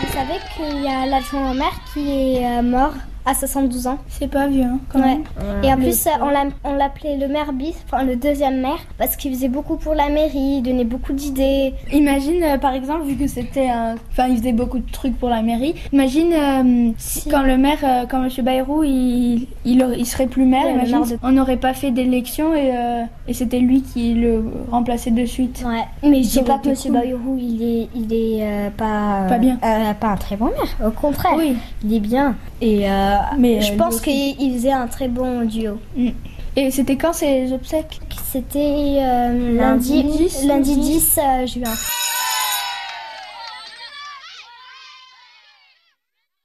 Vous savez qu'il y a l'adjoint au maire qui est euh, mort à 72 ans C'est pas vieux, hein, quand Ouais. même. Et en plus, euh, on l'a- on l'appelait le maire bis, enfin le deuxième maire, parce qu'il faisait beaucoup pour la mairie, il donnait beaucoup d'idées. Imagine, euh, par exemple, vu que c'était un... Enfin, il faisait beaucoup de trucs pour la mairie. Imagine euh, si- quand le maire, euh, quand Monsieur Bayrou, il, il, aurait- il serait plus maire, Ouais, le imagine, maire de- on n'aurait pas fait d'élection et, euh, et c'était lui qui le remplaçait de suite. Ouais. Mais je dis Ça aurait pas que été Monsieur cool. Bayrou, il est, il est euh, pas, Pas bien. euh, pas un très bon maire. Au contraire, Oui, il est bien. Et euh, mais... je euh, pense lui aussi. qu'il il faisait un très bon duo. Et c'était quand ces obsèques C'était euh, lundi, Lundi 10, lundi lundi 10 euh, juin.